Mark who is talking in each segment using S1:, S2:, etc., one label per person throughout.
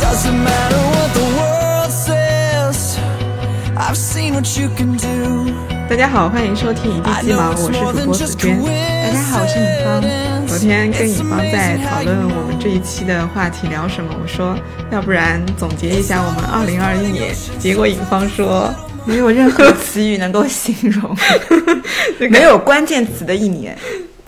S1: Doesn't matter what the world says. I've seen what you can do.
S2: 大家好，欢迎收听一地
S1: I
S2: 鸡毛，
S1: know
S2: 我
S1: it's
S2: 是
S1: more
S2: 主
S1: than
S2: 播子
S1: just
S2: 娟。
S3: 大家好我是尹芳
S1: coincidence.
S2: 昨天跟
S1: It's
S2: 尹芳在
S1: amazing
S2: 讨
S1: how
S2: 论
S1: you
S2: 我们这一期的话题聊什么，我说要不然总结一下我们二零二一年。结果尹芳说
S3: 没有任何词语能够形容，没有关键词的一年，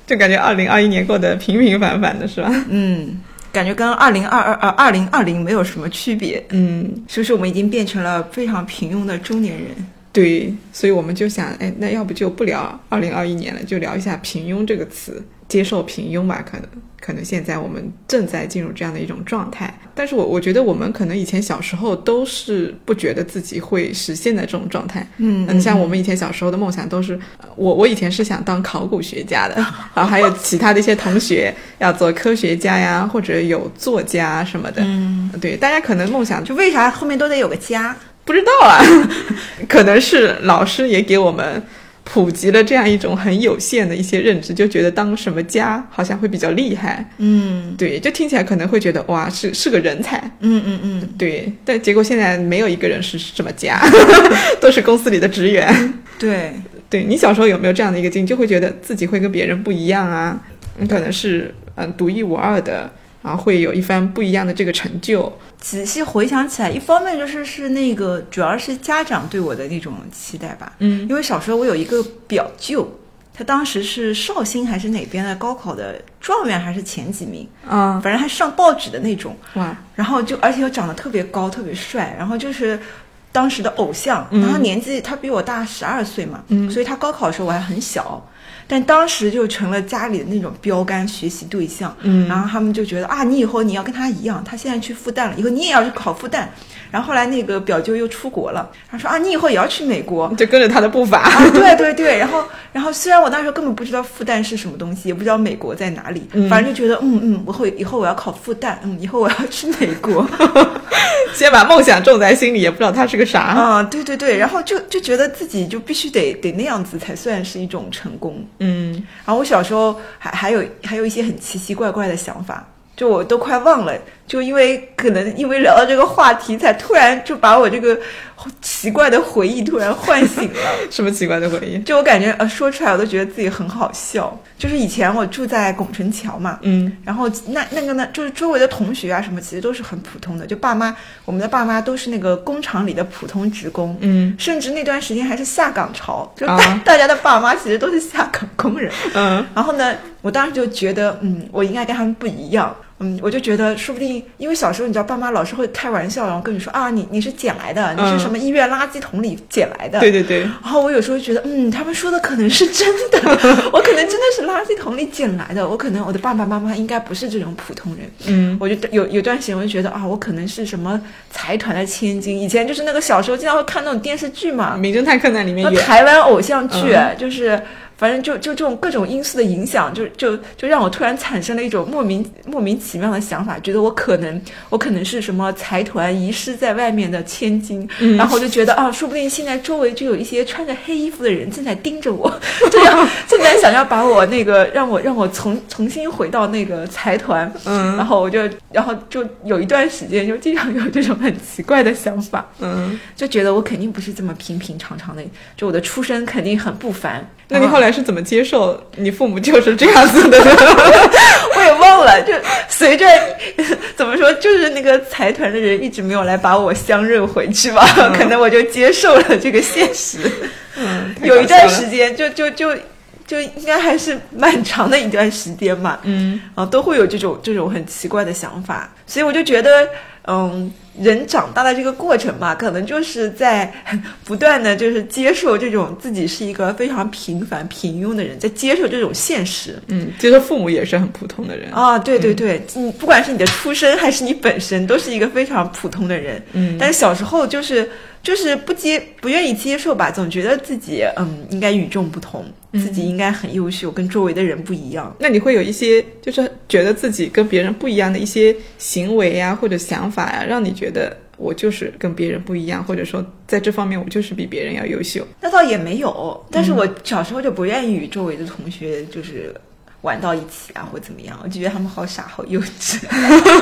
S2: 就感觉二零二一年过得平平凡凡的，是吧？
S3: 嗯，感觉跟二零二二呃二零二零没有什么区别，
S2: 嗯，
S3: 是不是我们已经变成了非常平庸的中年人？
S2: 对，所以我们就想，哎，那要不就不聊二零二一年了，就聊一下“平庸”这个词，接受平庸吧。可能可能现在我们正在进入这样的一种状态，但是我我觉得我们可能以前小时候都是不觉得自己会实现的这种状态。
S3: 嗯
S2: 你像我们以前小时候的梦想都是，呃我我以前是想当考古学家的， 然后还有其他的一些同学要做科学家呀，或者有作家什么的。嗯，对，大家可能梦想就
S3: 就为啥后面都得有个家？
S2: 不知道啊， 可能是老师也给我们普及了这样一种很有限的一些认知，就觉得当什么家好像会比较厉害，
S3: 嗯
S2: 对，就听起来可能会觉得哇是是个人才，
S3: 嗯嗯嗯，
S2: 对，但结果现在没有一个人是什么家， 都是公司里的职员。
S3: 对，
S2: 对你小时候有没有这样的一个经历，就会觉得自己会跟别人不一样啊？你可能是嗯独一无二的，然后会有一番不一样的这个成就，
S3: 仔细回想起来，一方面就是是那个主要是家长对我的那种期待吧，
S2: 嗯
S3: 因为小时候我有一个表舅，他当时是绍兴还是哪边的高考的状元还是前几名，
S2: 啊
S3: 反正还上报纸的那种。
S2: 哇
S3: 然后就而且又长得特别高，特别帅，然后就是当时的偶像。然后他年纪他比我大十二岁嘛，所以他高考的时候我还很小，但当时就成了家里的那种标杆学习对象。
S2: 嗯
S3: 然后他们就觉得啊，你以后你要跟他一样，他现在去复旦了，以后你也要去考复旦。然后后来那个表舅又出国了，他说啊，你以后也要去美国，
S2: 就跟着他的步伐。
S3: 啊， 对对对，然后然后虽然我那时候根本不知道复旦是什么东西，也不知道美国在哪里，反正就觉得嗯嗯，我后以后我要考复旦，嗯，以后我要去美国，
S2: 先把梦想种在心里，也不知道它是个啥。
S3: 啊，对对对，然后就就觉得自己就必须得得那样子才算是一种成功。
S2: 嗯，
S3: 然后我小时候还还有还有一些很奇奇怪怪的想法，就我都快忘了，就因为可能因为聊到这个话题，才突然就把我这个奇怪的回忆突然唤醒了。
S2: 什么奇怪的回忆？
S3: 就我感觉呃，说出来我都觉得自己很好笑。就是以前我住在拱辰桥嘛，
S2: 嗯，
S3: 然后那那个呢，就是周围的同学啊什么，其实都是很普通的。就爸妈，我们的爸妈都是那个工厂里的普通职工，
S2: 嗯，
S3: 甚至那段时间还是下岗潮，就大、
S2: 啊
S3: 大家的爸妈其实都是下岗工人。
S2: 嗯，
S3: 然后呢，我当时就觉得，嗯，我应该跟他们不一样。嗯，我就觉得，说不定因为小时候你知道，爸妈老是会开玩笑，然后跟你说啊，你你是捡来的，你
S2: 嗯
S3: 是什么医院垃圾桶里捡来的，
S2: 对对对，
S3: 然后我有时候觉得，嗯，他们说的可能是真的，我可能真的是垃圾桶里捡来的，我可能我的爸爸妈妈应该不是这种普通人。
S2: 嗯，
S3: 我就有有段时间我就觉得啊，我可能是什么财团的千金。以前就是那个小时候经常会看那种电视剧嘛，
S2: 名侦探柯南》里面嗯有。
S3: 那台湾偶像剧，就是反正就就这种各种因素的影响，就就就让我突然产生了一种莫名莫名其妙的想法，觉得我可能我可能是什么财团遗失在外面的千金，
S2: 嗯
S3: 然后我就觉得啊，说不定现在周围就有一些穿着黑衣服的人正在盯着我， 这样正在想要把我那个让我让我重重新回到那个财团，
S2: 嗯
S3: 然后我就然后就有一段时间就经常有这种很奇怪的想法，
S2: 嗯，
S3: 就觉得我肯定不是这么平平常常的，就我的出身肯定很不凡。
S2: 那你后
S3: 来
S2: 来是怎么接受你父母就是这样子的呢？
S3: 我也忘了，就随着 怎么说，就是那个财团的人一直没有来把我相认回去吧，可能我就接受了这个现实。
S2: 嗯，太搞笑了
S3: 有一段时，间就就就就应该还是蛮长的一段时间嘛，
S2: 嗯
S3: 啊，都会有这种这种很奇怪的想法，所以我就觉得，嗯，人长大的这个过程吧，可能就是在不断的就是接受这种自己是一个非常平凡平庸的人，在接受这种现实。
S2: 嗯，其实父母也是很普通的人。
S3: 啊，对对对，你不管是你的出身还是你本身，都是一个非常普通的人。
S2: 嗯
S3: 但是小时候就是就是不接不愿意接受吧，总觉得自己嗯应该与众不同，自己应该很优秀，跟周围的人不一样。
S2: 那你会有一些就是觉得自己跟别人不一样的一些行为呀、或者想法呀、让你觉得我就是跟别人不一样，或者说在这方面我就是比别人要优秀。
S3: 那倒也没有，但是我小时候就不愿意与周围的同学就是玩到一起啊，或怎么样，我就觉得他们好傻，好幼稚。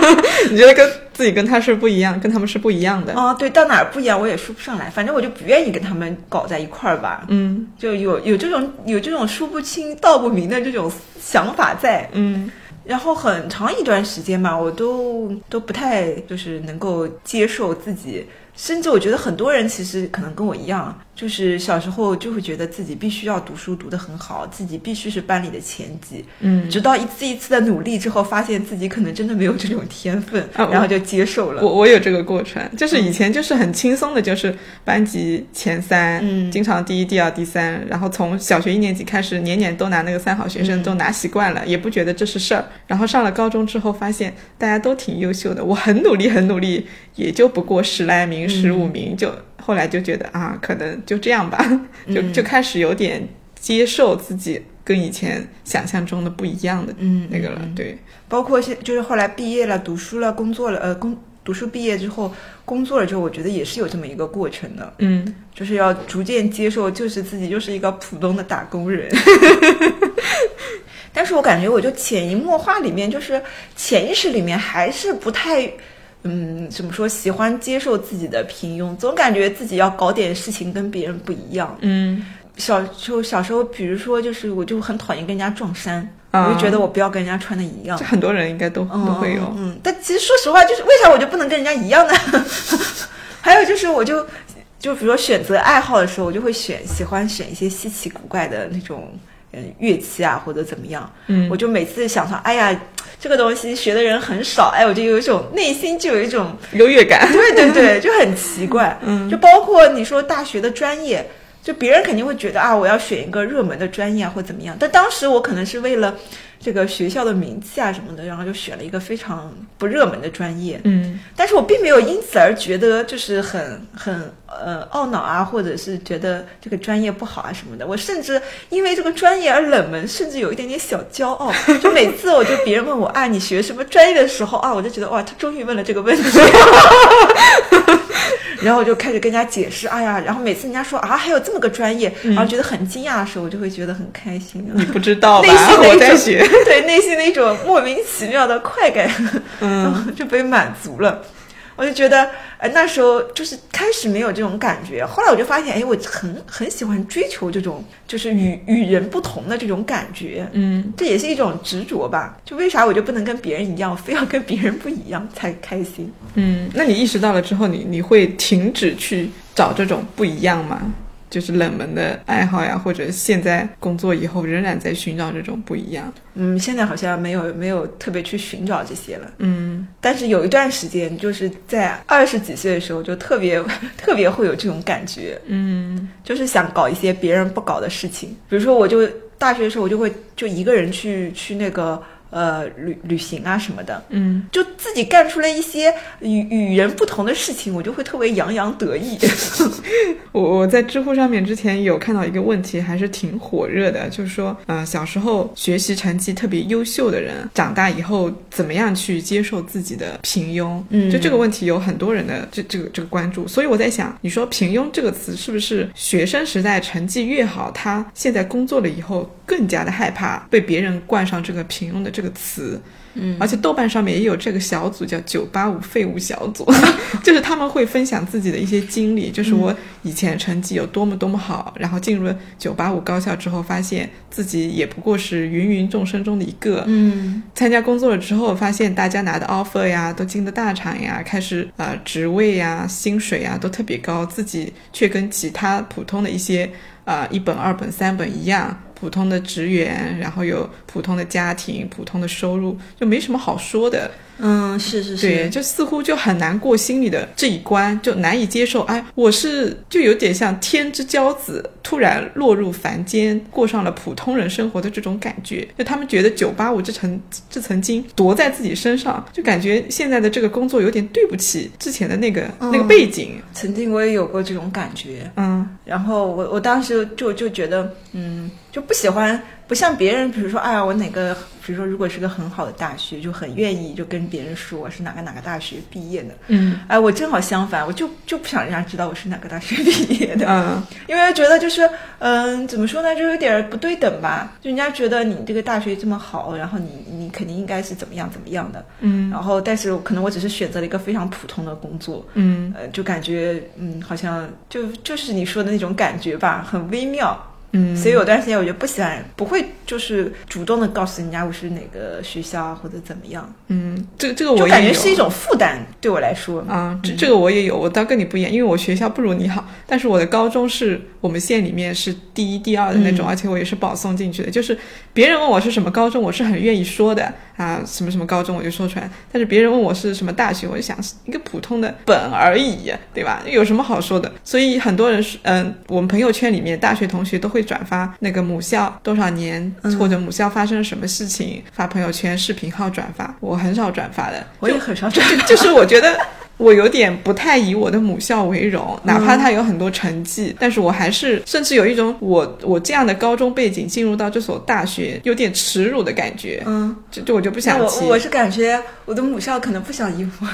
S2: 你觉得跟自己跟他是不一样，跟他们是不一样的。
S3: 哦，对，到哪儿不一样我也说不上来，反正我就不愿意跟他们搞在一块儿吧。
S2: 嗯
S3: 就有有这种有这种说不清道不明的这种想法在，
S2: 嗯，
S3: 然后很长一段时间吧，我都都不太就是能够接受自己，甚至我觉得很多人其实可能跟我一样，就是小时候就会觉得自己必须要读书读得很好，自己必须是班里的前几，
S2: 嗯
S3: 直到一次一次的努力之后，发现自己可能真的没有这种天分，
S2: 啊我
S3: 然后就接受了。嗯
S2: 我我有这个过程，就是以前就是很轻松的，就是班级前三，
S3: 嗯
S2: 经常第一、第二、第三，然后从小学一年级开始，年年都拿那个三好学
S3: 嗯
S2: 生，都拿习惯了，也不觉得这是事儿。然后上了高中之后，发现大家都挺优秀的，我很努力，很努力，也就不过十来
S3: 嗯
S2: 名、十五名，就后来就觉得啊，可能就这样吧，
S3: 嗯
S2: 就 就开始有点接受自己跟以前想象中的不一样的
S3: 嗯
S2: 那个了，对，
S3: 包括现就是后来毕业了、读书了、工作了，呃，工读书毕业之后工作了之后，我觉得也是有这么一个过程的，
S2: 嗯。
S3: 就是要逐渐接受，就是自己就是一个普通的打工人。 但是我感觉，我就潜移默化里面，就是潜意识里面还是不太，嗯，怎么说，喜欢接受自己的平庸，总感觉自己要搞点事情跟别人不一样。
S2: 嗯
S3: 小就小时候，比如说，就是我就很讨厌跟人家撞衫，
S2: 啊
S3: 我就觉得我不要跟人家穿的一样
S2: 这。很多人应该都、都会有。
S3: 哦嗯，但其实说实话，就是为啥我就不能跟人家一样呢？ 还有就是，我就就比如说选择爱好的时候，我就会选喜欢选一些稀奇古怪的那种嗯乐器啊，或者怎么样。
S2: 嗯
S3: 我就每次想到，哎呀，这个东西学的人很少，哎，我就有一种内心就有一种
S2: 优越感。
S3: 对对对，就很奇怪。
S2: 嗯
S3: 就包括你说大学的专业，就别人肯定会觉得啊，我要选一个热门的专业啊，或怎么样。但当时我可能是为了这个学校的名气啊什么的，然后就选了一个非常不热门的专业。
S2: 嗯
S3: 但是我并没有因此而觉得就是很很呃懊恼啊，或者是觉得这个专业不好啊什么的。我甚至因为这个专业而冷门，甚至有一点点小骄傲。 就每次我就别人问我啊你学什么专业的时候啊，我就觉得哇他终于问了这个问题。 然后我就开始跟人家解释，哎呀，然后每次人家说啊还有这么个专业，然后觉得很惊讶的时候，我就会觉得很开心啊。
S2: 你不知道吧
S3: 内心？的一
S2: 我
S3: 种
S2: 在学。，
S3: 对内心的一种莫名其妙的快感，嗯， 就被满足了。我就觉得，哎，那时候就是开始没有这种感觉，后来我就发现，哎，我很很喜欢追求这种，就是与与人不同的这种感觉，
S2: 嗯，
S3: 这也是一种执着吧。就为啥我就不能跟别人一样，非要跟别人不一样才开心？
S2: 嗯，那你意识到了之后，你你会停止去找这种不一样吗？就是冷门的爱好呀，或者现在工作以后仍然在寻找这种不一样。
S3: 嗯，现在好像没有没有特别去寻找这些了。
S2: 嗯
S3: 但是有一段时间，就是在二十几岁的时候，就特别 特别会有这种感觉，
S2: 嗯
S3: 就是想搞一些别人不搞的事情。比如说，我就大学的时候，我就会就一个人去去那个呃旅旅行啊什么的，
S2: 嗯，
S3: 就自己干出了一些与与人不同的事情，我就会特别洋洋得意。
S2: 我我在知乎上面之前有看到一个问题，还是挺火热的，就是说，呃，小时候学习成绩特别优秀的人，长大以后怎么样去接受自己的平庸？
S3: 嗯
S2: 就这个问题有很多人的这这个这个关注，所以我在想，你说“平庸”这个词是不是学生时代成绩越好，他现在工作了以后更加的害怕被别人冠上这个“平庸”的这个词？
S3: 嗯
S2: 而且豆瓣上面也有这个小组叫“九八五废物小组”， 就是他们会分享自己的一些经历，就是
S3: 嗯
S2: 我以前成绩有多么多么好，然后进入了九八五高校之后，发现自己也不过是芸芸众生中的一个。
S3: 嗯
S2: 参加工作了之后，发现大家拿的 offer 呀，都进的大厂呀，开始呃职位呀、薪水呀都特别高，自己却跟其他普通的一些呃一本、二本、三本一样，普通的职员，然后有普通的家庭、普通的收入，就没什么好说的。
S3: 嗯，是是
S2: 对，，就似乎就很难过心里的这一关，就难以接受。哎，我是就有点像天之骄子，突然落入凡间，过上了普通人生活的这种感觉。就他们觉得九八五这层这层金夺在自己身上，就感觉现在的这个工作有点对不起之前的那个、那个
S3: 嗯
S2: 背景。
S3: 曾经我也有过这种感觉。
S2: 嗯
S3: 然后我我当时就就觉得，嗯，就不喜欢不像别人，比如说，哎呀，我哪个，比如说，如果是个很好的大学，就很愿意就跟别人说我是哪个哪个大学毕业的。
S2: 嗯
S3: 哎，我正好相反，我就就不想让人家知道我是哪个大学毕业的。
S2: 嗯
S3: 因为觉得就是，嗯，怎么说呢，就有点不对等吧。就人家觉得你这个大学这么好，然后你你肯定应该是怎么样怎么样的。
S2: 嗯
S3: 然后，但是可能我只是选择了一个非常普通的工作，
S2: 嗯
S3: 呃，就感觉嗯，好像就就是你说的那种感觉吧，很微妙。
S2: 嗯，
S3: 所以有段时间我就不喜欢，不会就是主动的告诉人家我是哪个学校啊或者怎么样，
S2: 嗯，这个这个我
S3: 就
S2: 也
S3: 感觉
S2: 有
S3: 是一种负担对我来说。
S2: 啊，这这个我也有，我倒跟你不一样，因为我学校不如你好，但是我的高中是我们县里面是第一、第二的那种，而且我也是保送进去的。就是别人问我是什么高中，我是很愿意说的啊，什么什么高中我就说出来。但是别人问我是什么大学，我就想是一个普通的本而已，对吧？有什么好说的？所以很多人是，嗯，我们朋友圈里面大学同学都会转发那个母校多少年、或者母校发生了什么事情，发朋友圈视频号转发，我很少转发的，
S3: 我也很少转，
S2: 就是我觉得我有点不太以我的母校为荣，哪怕
S3: 嗯
S2: 它有很多成绩，但是我还是甚至有一种我我这样的高中背景进入到这所大学有点耻辱的感觉，
S3: 嗯，
S2: 就就我就不想
S3: 我
S2: 提。
S3: 我是感觉我的母校可能不想以我，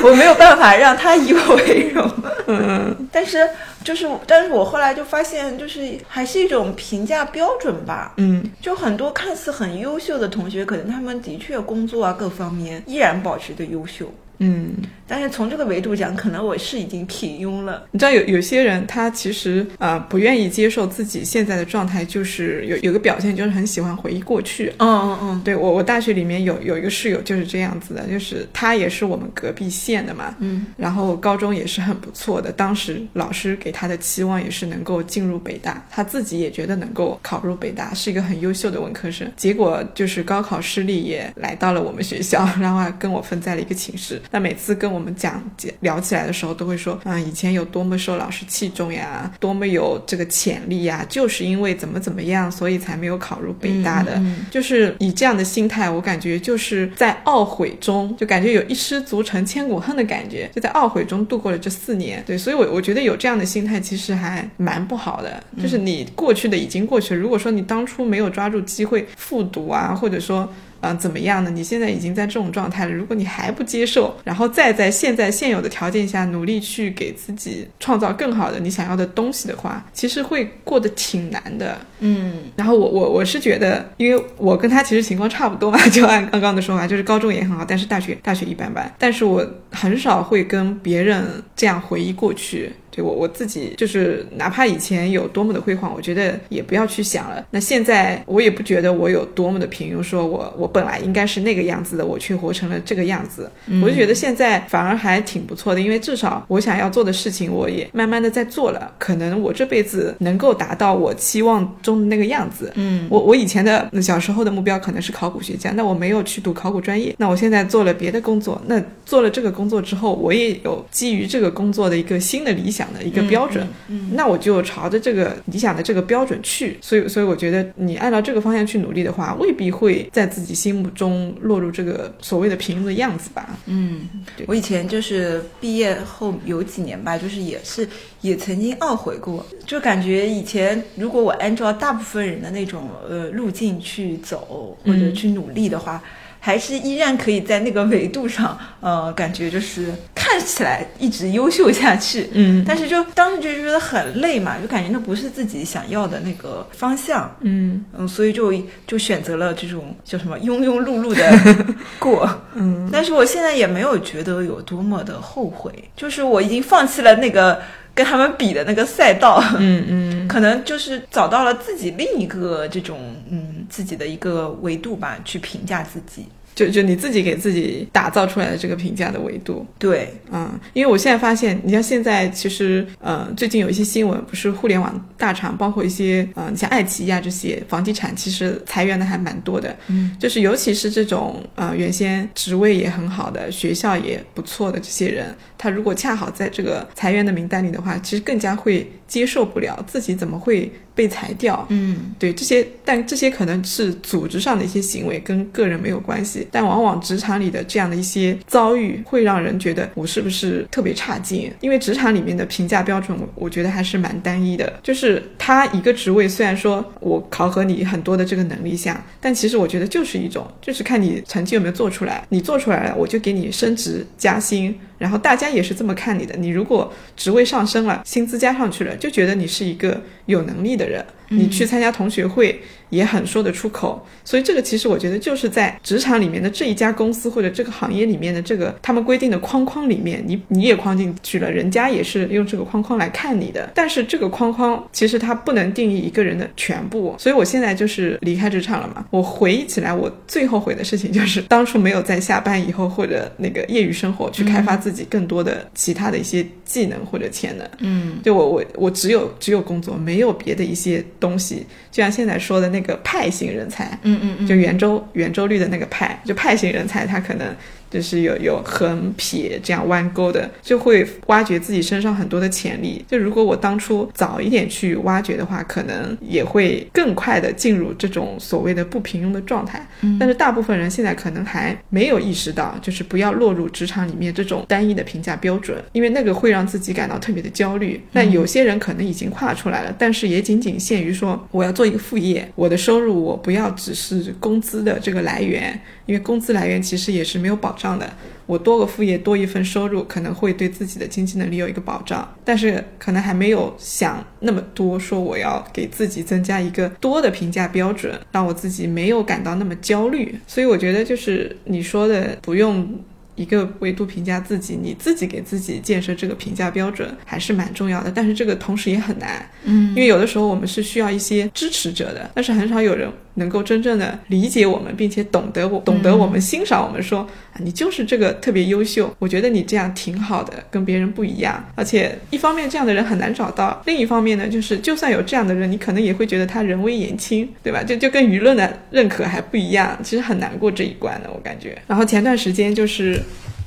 S3: 我没有办法让他以我为荣。嗯，但是就是，但是我后来就发现，就是还是一种评价标准吧。
S2: 嗯
S3: 就很多看似很优秀的同学，可能他们的确工作啊各方面依然保持着优秀，
S2: 嗯，
S3: 但是从这个维度讲，可能我是已经平庸了。
S2: 你知道有有些人他其实呃不愿意接受自己现在的状态，就是有有个表现就是很喜欢回忆过去，
S3: 嗯嗯
S2: 对我，我大学里面有有一个室友就是这样子的，就是他也是我们隔壁县的嘛，
S3: 嗯，
S2: 然后高中也是很不错的，当时老师给他的期望也是能够进入北大，他自己也觉得能够考入北大，是一个很优秀的文科生，结果就是高考失利，也来到了我们学校， 然后还跟我分在了一个寝室，那每次跟我们讲聊起来的时候，都会说，啊、以前有多么受老师器重呀，多么有这个潜力呀，就是因为怎么怎么样，所以才没有考入北大的，
S3: 嗯嗯
S2: 就是以这样的心态，我感觉就是在懊悔中，就感觉有一失足成千古恨的感觉，就在懊悔中度过了这四年。对，所以我，我觉得有这样的心态其实还蛮不好的，
S3: 嗯
S2: 就是你过去的已经过去了。如果说你当初没有抓住机会复读啊，或者说。嗯、怎么样呢？你现在已经在这种状态了，如果你还不接受，然后再在现在现有的条件下努力去给自己创造更好的你想要的东西的话，其实会过得挺难的。
S3: 嗯
S2: 然后我我我是觉得，因为我跟他其实情况差不多嘛， 就按刚刚的说法，就是高中也很好，但是大学大学一般般。但是我很少会跟别人这样回忆过去，对我我自己就是哪怕以前有多么的辉煌，我觉得也不要去想了。那现在我也不觉得我有多么的平庸，说我我本来应该是那个样子的，我却活成了这个样子。我就觉得现在反而还挺不错的，因为至少我想要做的事情，我也慢慢的在做了。可能我这辈子能够达到我期望中的那个样子。
S3: 嗯，
S2: 我我以前的呃小时候的目标可能是考古学家，那我没有去读考古专业，那我现在做了别的工作，那做了这个工作之后，我也有基于这个工作的一个新的理想的一个标准，
S3: 嗯
S2: 那我就朝着这个理想的这个标准去。所以，所以我觉得你按照这个方向去努力的话，未必会在自己心目中落入这个所谓的平庸的样子吧。
S3: 嗯，
S2: 对
S3: 我以前就是毕业后有几年吧，就是也是也曾经懊悔过，就感觉以前如果我按照大部分人的那种呃路径去走或者去努力的话。还是依然可以在那个维度上，呃，感觉就是看起来一直优秀下去，
S2: 嗯
S3: 但是就当时就觉得很累嘛，就感觉那不是自己想要的那个方向，
S2: 嗯
S3: 嗯，所以就就选择了这种叫什么庸庸碌 碌的过，
S2: 嗯
S3: 但是我现在也没有觉得有多么的后悔，就是我已经放弃了那个跟他们比的那个赛道，
S2: 嗯嗯
S3: 可能就是找到了自己另一个这种嗯自己的一个维度吧，去评价自己。
S2: 就就你自己给自己打造出来的这个评价的维度。
S3: 对，
S2: 嗯，因为我现在发现，你像现在其实，呃，最近有一些新闻，不是互联网大厂，包括一些，呃，你像爱奇艺啊这些房地产，其实裁员的还蛮多的。
S3: 嗯，
S2: 就是尤其是这种，呃，原先职位也很好的，学校也不错的这些人，他如果恰好在这个裁员的名单里的话，其实更加会接受不了自己怎么会被裁掉。
S3: 嗯
S2: 对这些，但这些可能是组织上的一些行为，跟个人没有关系。己，但往往职场里的这样的一些遭遇，会让人觉得我是不是特别差劲？因为职场里面的评价标准，我我觉得还是蛮单一的。就是他一个职位，虽然说我考核你很多的这个能力项，但其实我觉得就是一种，就是看你成绩有没有做出来。你做出来了，我就给你升职加薪，然后大家也是这么看你的。你如果职位上升了，薪资加上去了，就觉得你是一个有能力的人。你去参加同学会也很说得出口，所以这个其实我觉得就是在职场里面的这一家公司或者这个行业里面的这个他们规定的框框里面，你你也框进去了，人家也是用这个框框来看你的。但是这个框框其实它不能定义一个人的全部，所以我现在就是离开职场了嘛。我回忆起来，我最后悔的事情就是当初没有在下班以后或者那个业余生活去开发自己更多的其他的一些技能或者潜能。
S3: 嗯，
S2: 就我我我只有只有工作，没有别的一些东西。就像现在说的那个派型人才，
S3: 嗯嗯嗯，
S2: 就圆周圆周率的那个派，就派型人才，他可能就是有有横撇这样弯钩的，就会挖掘自己身上很多的潜力。就如果我当初早一点去挖掘的话，可能也会更快的进入这种所谓的不平庸的状态。但是大部分人现在可能还没有意识到，就是不要落入职场里面这种单一的评价标准，因为那个会让自己感到特别的焦虑。那有些人可能已经跨出来了，但是也仅仅限于说我要做一个副业，我的收入我不要只是工资的这个来源，因为工资来源其实也是没有保障的。我多个副业多一份收入，可能会对自己的经济能力有一个保障，但是可能还没有想那么多，说我要给自己增加一个多的评价标准，让我自己没有感到那么焦虑。所以我觉得就是你说的，不用一个维度评价自己，你自己给自己建设这个评价标准还是蛮重要的，但是这个同时也很难，嗯，因为有的时候我们是需要一些支持者的，但是很少有人能够真正的理解我们，并且懂得我，懂得我们欣赏我们说，啊，你就是这个特别优秀，我觉得你这样挺好的，跟别人不一样。而且一方面这样的人很难找到，另一方面呢，就是就算有这样的人，你可能也会觉得他人微言轻，对吧？就就跟舆论的认可还不一样，其实很难过这一关的，我感觉。然后前段时间就是，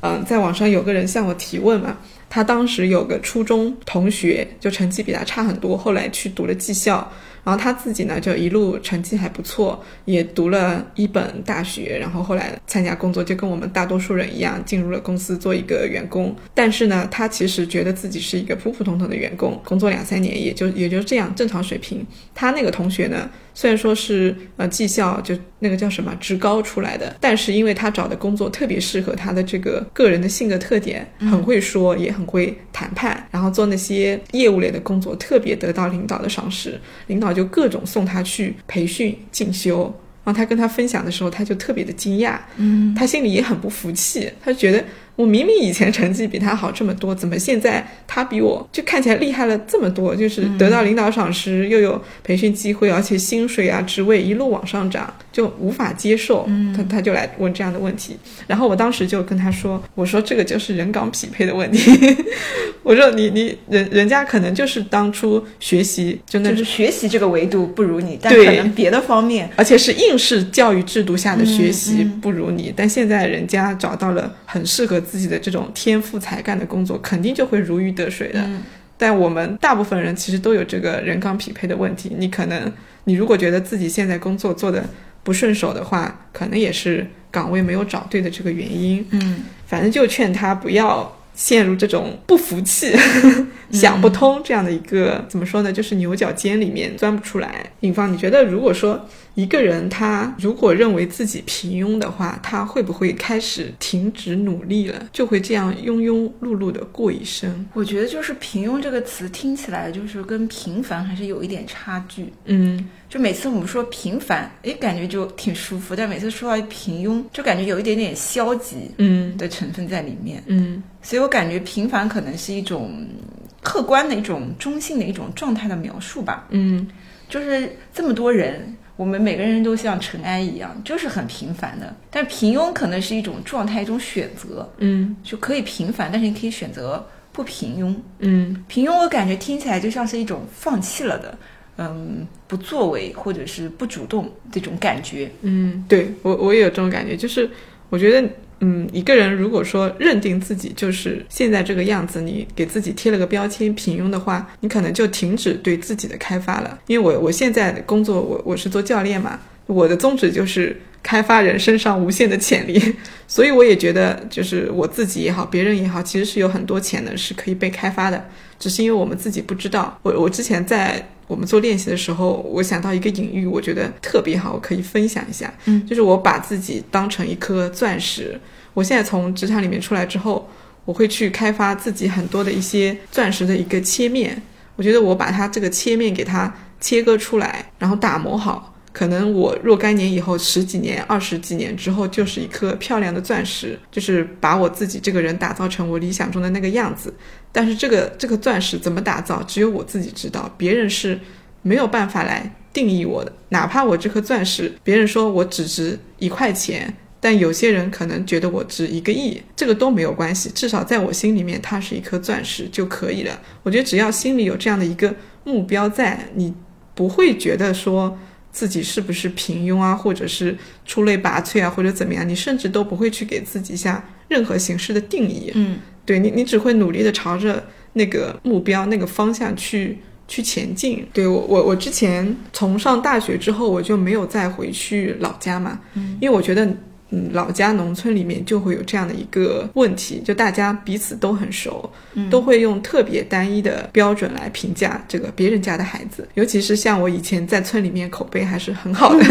S2: 嗯、在网上有个人向我提问嘛，他当时有个初中同学，就成绩比他差很多，后来去读了技校。然后他自己呢，就一路成绩还不错，也读了一本大学，然后后来参加工作，就跟我们大多数人一样，进入了公司做一个员工。但是呢，他其实觉得自己是一个普普通通的员工，工作两三年也就也就这样正常水平。他那个同学呢，虽然说是呃技校就那个叫什么职高出来的，但是因为他找的工作特别适合他的这个个人的性格特点，很会说，也很会谈判，然后做那些业务类的工作特别得到领导的赏识，领导就各种送他去培训进修。然后他跟他分享的时候，他就特别的惊讶，嗯，他心里也很不服气，他就觉得我明明以前成绩比他好这么多，怎么现在他比我就看起来厉害了这么多？就是得到领导赏识，又有培训机会，而且薪水啊、职位一路往上涨，就无法接受。他他就来问这样的问题，然后我当时就跟他说：“我说这个就是人岗匹配的问题。 我说你你人人家可能就是当初学习就那
S3: 就
S2: 种
S3: 是学习这个维度不如你，但
S2: 对
S3: 可能别的方面，
S2: 而且是应试教育制度下的学习不如你，但现在人家找到了很适合自己的这种天赋才干的工作，肯定就会如鱼得水的。但我们大部分人其实都有这个人岗匹配的问题，你可能你如果觉得自己现在工作做的不顺手的话，可能也是岗位没有找对的这个原因。
S3: 嗯，
S2: 反正就劝他不要陷入这种不服气、 想不通这样的一个、怎么说呢，就是牛角尖里面钻不出来。尹芳，你觉得如果说一个人他如果认为自己平庸的话，他会不会开始停止努力了，就会这样庸庸碌碌的过一生？
S3: 我觉得就是“平庸”这个词听起来就是跟平凡还是有一点差距。
S2: 嗯
S3: 就每次我们说平凡，诶，感觉就挺舒服，但每次说到平庸，就感觉有一点点消极
S2: 嗯
S3: 的成分在里面。
S2: 嗯
S3: 所以我感觉平凡可能是一种客观的一种中性的一种状态的描述吧。
S2: 嗯
S3: 就是这么多人，我们每个人都像尘埃一样，就是很平凡的。但平庸可能是一种状态，一种选择，
S2: 嗯
S3: 就可以平凡，但是你可以选择不平庸。
S2: 嗯
S3: 平庸，我感觉听起来就像是一种放弃了的，嗯，不作为或者是不主动这种感觉。
S2: 嗯，对我我也有这种感觉，就是我觉得。嗯，一个人如果说认定自己就是现在这个样子，你给自己贴了个标签平庸的话，你可能就停止对自己的开发了。因为我我现在的工作，我我是做教练嘛，我的宗旨就是开发人身上无限的潜力。所以我也觉得，就是我自己也好，别人也好，其实是有很多潜能是可以被开发的，只是因为我们自己不知道。我我之前在我们做练习的时候，我想到一个隐喻，我觉得特别好，我可以分享一下。
S3: 嗯，
S2: 就是我把自己当成一颗钻石。我现在从职场里面出来之后，我会去开发自己很多的一些钻石的一个切面。我觉得我把它这个切面给它切割出来，然后打磨好，可能我若干年以后，十几年、二十几年之后，就是一颗漂亮的钻石，就是把我自己这个人打造成我理想中的那个样子。但是这个这个钻石怎么打造，只有我自己知道，别人是没有办法来定义我的。哪怕我这颗钻石，别人说我只值一块钱，但有些人可能觉得我值一个亿，这个都没有关系。至少在我心里面，它是一颗钻石就可以了。我觉得只要心里有这样的一个目标在，你不会觉得说自己是不是平庸啊，或者是出类拔萃啊，或者怎么样，你甚至都不会去给自己下任何形式的定义。
S3: 嗯，
S2: 对你，你只会努力的朝着那个目标、那个方向去去前进。对我，我我之前从上大学之后，我就没有再回去老家嘛，
S3: 嗯、
S2: 因为我觉得，嗯，老家农村里面就会有这样的一个问题，就大家彼此都很熟，都会用特别单一的标准来评价这个别人家的孩子，尤其是像我以前在村里面口碑还是很好的，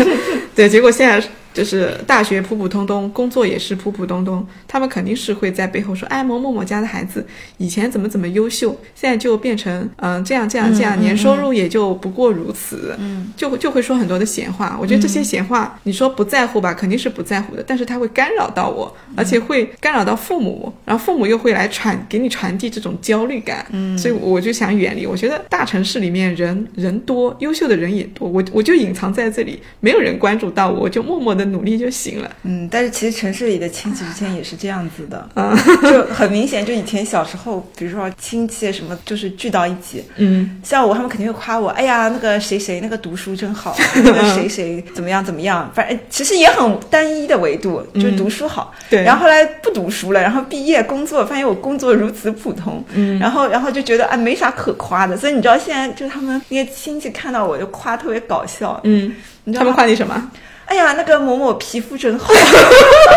S2: 对，结果现在就是大学普普通通，工作也是普普通通，他们肯定是会在背后说，哎，某某某家的孩子以前怎么怎么优秀，现在就变成嗯、这样这样这样，
S3: 嗯嗯
S2: 年收入也就不过如此，
S3: 嗯，
S2: 就会就会说很多的闲话。我觉得这些闲话，你说不在乎吧，肯定是不在乎的，但是它会干扰到我，而
S3: 嗯
S2: 且会干扰到父母，然后父母又会来传给你传递这种焦虑感，嗯，所以我就想远离。我觉得大城市里面人人多，优秀的人也多，我我就隐藏在这里，没有人关注到我，我就默默的努力就行了。
S3: 嗯，但是其实城市里的亲戚之间也是这样子的，
S2: 啊
S3: 就很明显，就以前小时候，比如说亲戚什么，就是聚到一起，
S2: 嗯
S3: 像我他们肯定会夸我，哎呀，那个谁谁那个读书 真好，那个谁谁怎么样怎么样，反正其实也很单一的维度，就是读书好。
S2: 嗯对
S3: 然后后来不读书了，然后毕业工作，发现我工作如此普通，
S2: 嗯
S3: 然后然后就觉得啊没啥可夸的，所以你知道现在就他们那些亲戚看到我就夸特别搞笑，
S2: 嗯，
S3: 你知道
S2: 他们
S3: 吗
S2: 夸你什么？
S3: 哎呀，那个某某皮肤真好。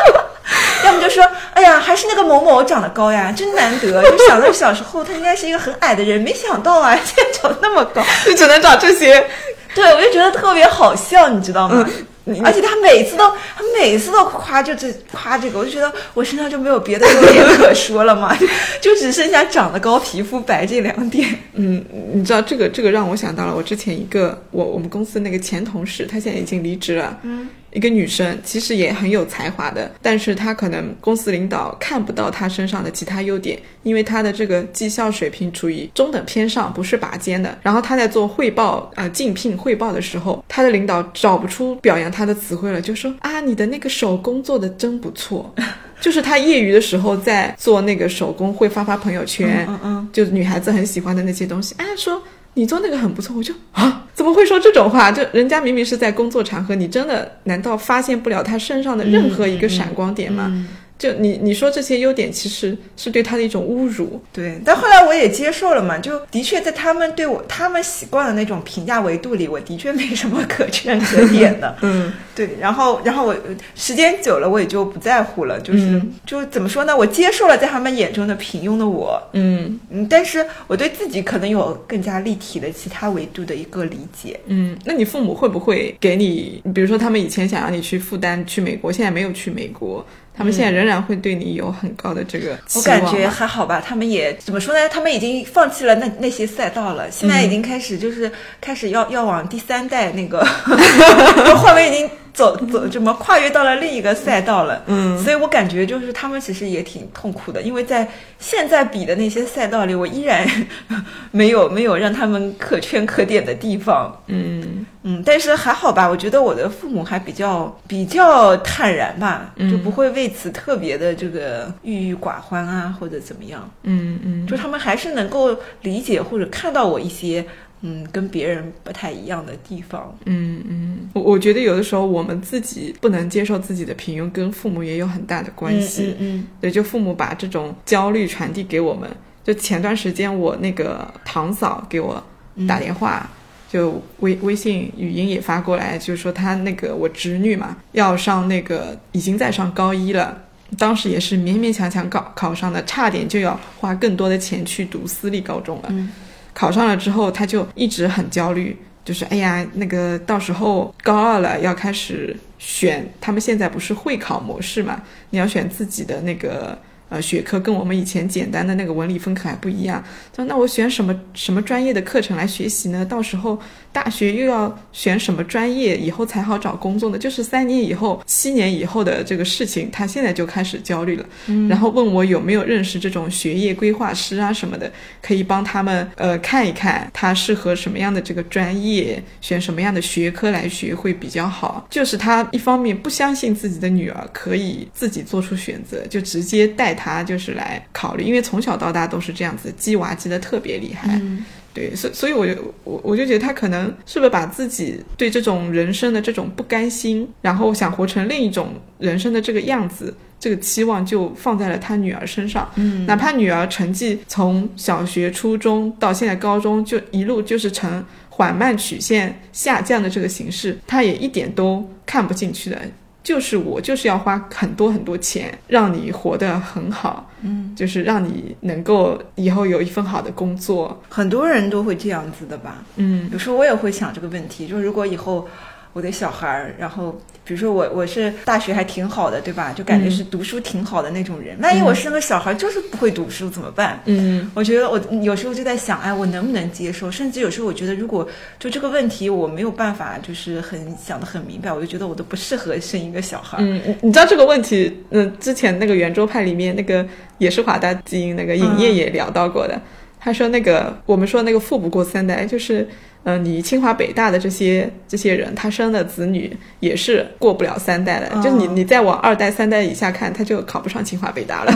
S3: 要么就说，哎呀，还是那个某某长得高呀，真难得。就想到小时候他应该是一个很矮的人，没想到啊， 现在长得那么高。
S2: 就只能找这些。
S3: 对，我就觉得特别好笑，你知道吗？
S2: 你
S3: 嗯而且他每次都，他每次都夸就这夸这个，我就觉得我身上就没有别的优点可说了嘛， 就就只剩下长得高、皮肤白这两点。
S2: 嗯，你知道这个这个让我想到了我之前一个我我们公司那个前同事，她现在已经离职了。
S3: 嗯，
S2: 一个女生其实也很有才华的，但是她可能公司领导看不到她身上的其他优点，因为她的这个绩效水平处于中等偏上，不是拔尖的。然后她在做汇报呃竞聘汇报的时候，她的领导找不出表扬她的词汇了，就说啊你的那个手工做的真不错。就是她业余的时候在做那个手工，会发发朋友圈，
S3: 嗯嗯
S2: 就是女孩子很喜欢的那些东西，哎，说你做那个很不错，我就啊， 怎么会说这种话？就人家明明是在工作场合，你真的难道发现不了她身上的任何一个闪光点吗？
S3: 嗯
S2: 就你你说这些优点，其实是对她的一种侮辱。
S3: 对，但后来我也接受了嘛，就的确在他们对我他们习惯的那种评价维度里，我的确没什么可圈可 点的。
S2: 嗯
S3: 对，然后然后我时间久了，我也就不在乎了，就是、
S2: 嗯
S3: 就怎么说呢？我接受了在他们眼中的平庸的我，
S2: 嗯
S3: 嗯，但是我对自己可能有更加立体的其他维度的一个理解。
S2: 嗯，那你父母会不会给你，比如说他们以前想让你去复旦去美国，现在没有去美国，他们现在仍然会对你有很高的这个期
S3: 嗯我
S2: 望
S3: 感觉
S2: 吗
S3: 还好吧，他们也怎么说呢？他们已经放弃了那那些赛道
S2: 嗯
S3: 了，现在已经开始就是开始要要往第三代那 个，就换位已经走走怎么跨越到了另一个赛道了。
S2: 嗯
S3: 所以我感觉就是他们其实也挺痛苦的，因为在现在比的那些赛道里，我依然没有没有让他们可圈可点的地方。
S2: 嗯
S3: 嗯，但是还好吧，我觉得我的父母还比较比较坦然吧，就不会为此特别的这个郁郁寡欢啊，或者怎么样，
S2: 嗯嗯
S3: 就他们还是能够理解或者看到我一些嗯跟别人不太一样的地方。
S2: 嗯，嗯，我我觉得有的时候我们自己不能接受自己的平庸，跟父母也有很大的关系。
S3: 嗯
S2: 对，就父母把这种焦虑传
S3: 嗯
S2: 递给我们。就前段时间我那个堂嫂给我打电话，就微微信语音也发过来，就是说他那个我侄女嘛，要上那个已经在上高一了，当时也是勉勉强强考考上的，差点就要花更多的钱去读私立高中了。
S3: 嗯
S2: 考上了之后，他就一直很焦虑，就是哎呀，那个到时候高二了要开始选，他们现在不是会考模式嘛，你要选自己的那个呃学科，跟我们以前简单的那个文理分科还不一样。他说那我选什么什么专业的课程来学习呢？到时候大学又要选什么专业，以后才好找工作呢？就是三年以后、七年以后的这个事情，他现在就开始焦虑了。然后问我有没有认识这种学业规划师啊什么的，可以帮他们呃看一看他适合什么样的这个专业，选什么样的学科来学会比较好。就是他一方面不相信自己的女儿可以自己做出选择，就直接带她就是来考虑，因为从小到大都是这样子，鸡娃鸡的特别厉害。
S3: 嗯
S2: 对，所所以我就我我就觉得他可能是不是把自己对这种人生的这种不甘心，然后想活成另一种人生的这个样子，这个期望就放在了他女儿身上。
S3: 嗯
S2: 哪怕女儿成绩从小学、初中到现在高中，就一路就是呈缓慢曲线下降的这个形式，他也一点都看不进去的。就是我就是要花很多很多钱，让你活得很好，
S3: 嗯，
S2: 就是让你能够以后有一份好的工作，
S3: 很多人都会这样子的吧？
S2: 嗯。
S3: 有时候我也会想这个问题，就是如果以后我的小孩儿，然后比如说我我是大学还挺好的，对吧？就感觉是读书挺好的那种人，万一我生个小孩儿就是不会读书怎么办？
S2: 嗯
S3: 我觉得我有时候就在想，哎，我能不能接受？甚至有时候我觉得，如果就这个问题我没有办法，就是很想得很明白，我就觉得我都不适合生一个小孩儿。
S2: 嗯，你你知道这个问题，嗯，之前那个圆桌派里面那个也是华大基因那个尹烨也聊到过的，他说那个我们说那个富不过三代，就是呃你清华北大的这些这些人，他生的子女也是过不了三代的，
S3: 嗯
S2: 就是你你再往二代三代以下看，他就考不上清华北 大了，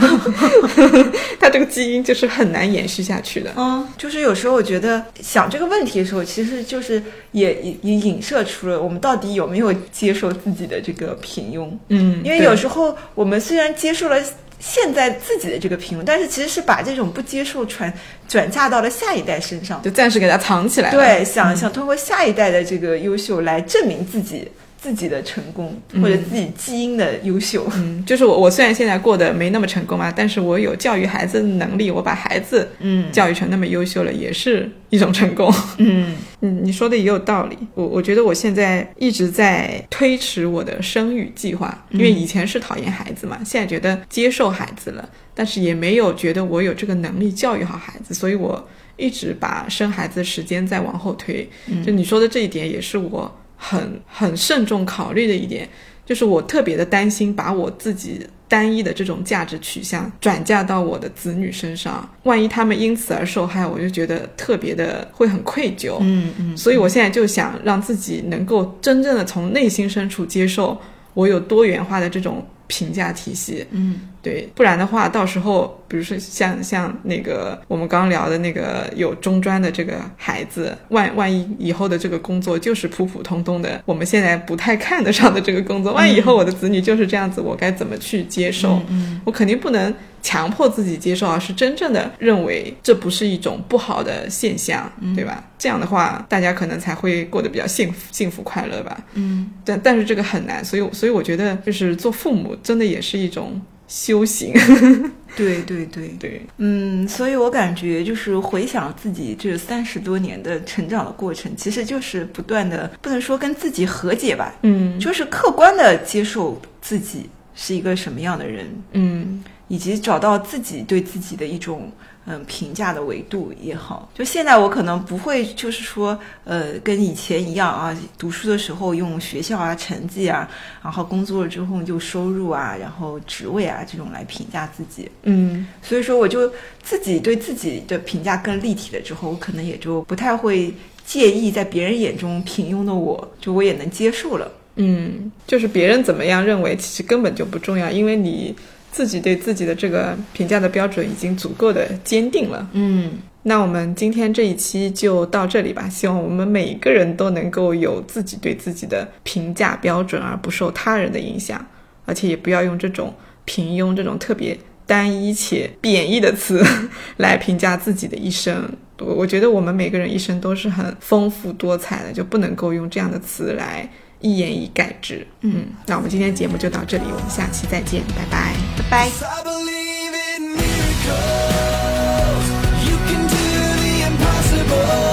S2: 他这个基因就是很难延续下去的。
S3: 嗯，就是有时候我觉得想这个问题的时候，其实就是也也也影射出了我们到底有没有接受自己的这个平庸。
S2: 嗯，
S3: 因为有
S2: 对
S3: 时候我们虽然接受了现在自己的这个平庸，但是其实是把这种不接受传转嫁到了下一代身上。
S2: 就暂时给他藏起来了。
S3: 对，想想通过下一代的这个优秀来证明自己自己的成功，或者自己基因的优秀。
S2: 嗯，就是我，我虽然现在过得没那么成功啊嘛，但是我有教育孩子的能力，我把孩子
S3: 嗯
S2: 教育成那么优秀了，也是一种成功。
S3: 嗯
S2: 嗯，你说的也有道理。我我觉得我现在一直在推迟我的生育计划，因为以前是讨厌孩子嘛，现在觉得接受孩子了，但是也没有觉得我有这个能力教育好孩子，所以我一直把生孩子的时间再往后推。就你说的这一点，也是我很很慎重考虑的一点，就是我特别的担心把我自己。单一的这种价值取向转嫁到我的子女身上，万一他们因此而受害，我就觉得特别的会很愧疚。
S3: 嗯嗯，
S2: 所以我现在就想让自己能够真正的从内心深处接受我有多元化的这种评价体系。
S3: 嗯，
S2: 对，不然的话，到时候比如说像像那个我们刚聊的那个有中专的这个孩子，万万一以后的这个工作就是普普通通的，我们现在不太看得上的这个工作，万一以后我的子女就是这样子，我该怎么去接受？我肯定不能强迫自己接受，而是真正的认为这不是一种不好的现象，对吧？这样的话，大家可能才会过得比较幸福、幸福快乐吧。
S3: 嗯，
S2: 但但是这个很难，所以所以我觉得，就是做父母真的也是一种修行。
S3: 对对对，
S2: 对，
S3: 嗯，所以我感觉就是回想自己这三十多年的成长的过程，其实就是不断的，不能说跟自己和解吧，
S2: 嗯
S3: 就是客观的接受自己是一个什么样的人，
S2: 嗯
S3: 以及找到自己对自己的一种嗯评价的维度也好。就现在我可能不会就是说呃跟以前一样啊，读书的时候用学校啊成绩啊，然后工作了之后就收入啊，然后职位啊这种来评价自己。
S2: 嗯
S3: 所以说，我就自己对自己的评价更立体了之后，我可能也就不太会介意在别人眼中平庸的我，就我也能接受了。
S2: 嗯，就是别人怎么样认为，其实根本就不重要，因为你自己对自己的这个评价的标准已经足够的坚定了。
S3: 嗯，
S2: 那我们今天这一期就到这里吧，希望我们每一个人都能够有自己对自己的评价标准，而不受他人的影响，而且也不要用这种平庸、这种特别单一且贬义的词 来评价自己的一生。我我觉得我们每个人一生都是很丰富多彩的，就不能够用这样的词来一言以概之。嗯，那我们今天节目就到这里，我们下期再见，拜拜。
S3: 拜拜。
S1: I believe in miracles. You can do the impossible.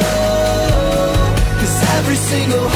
S1: 'Cause every single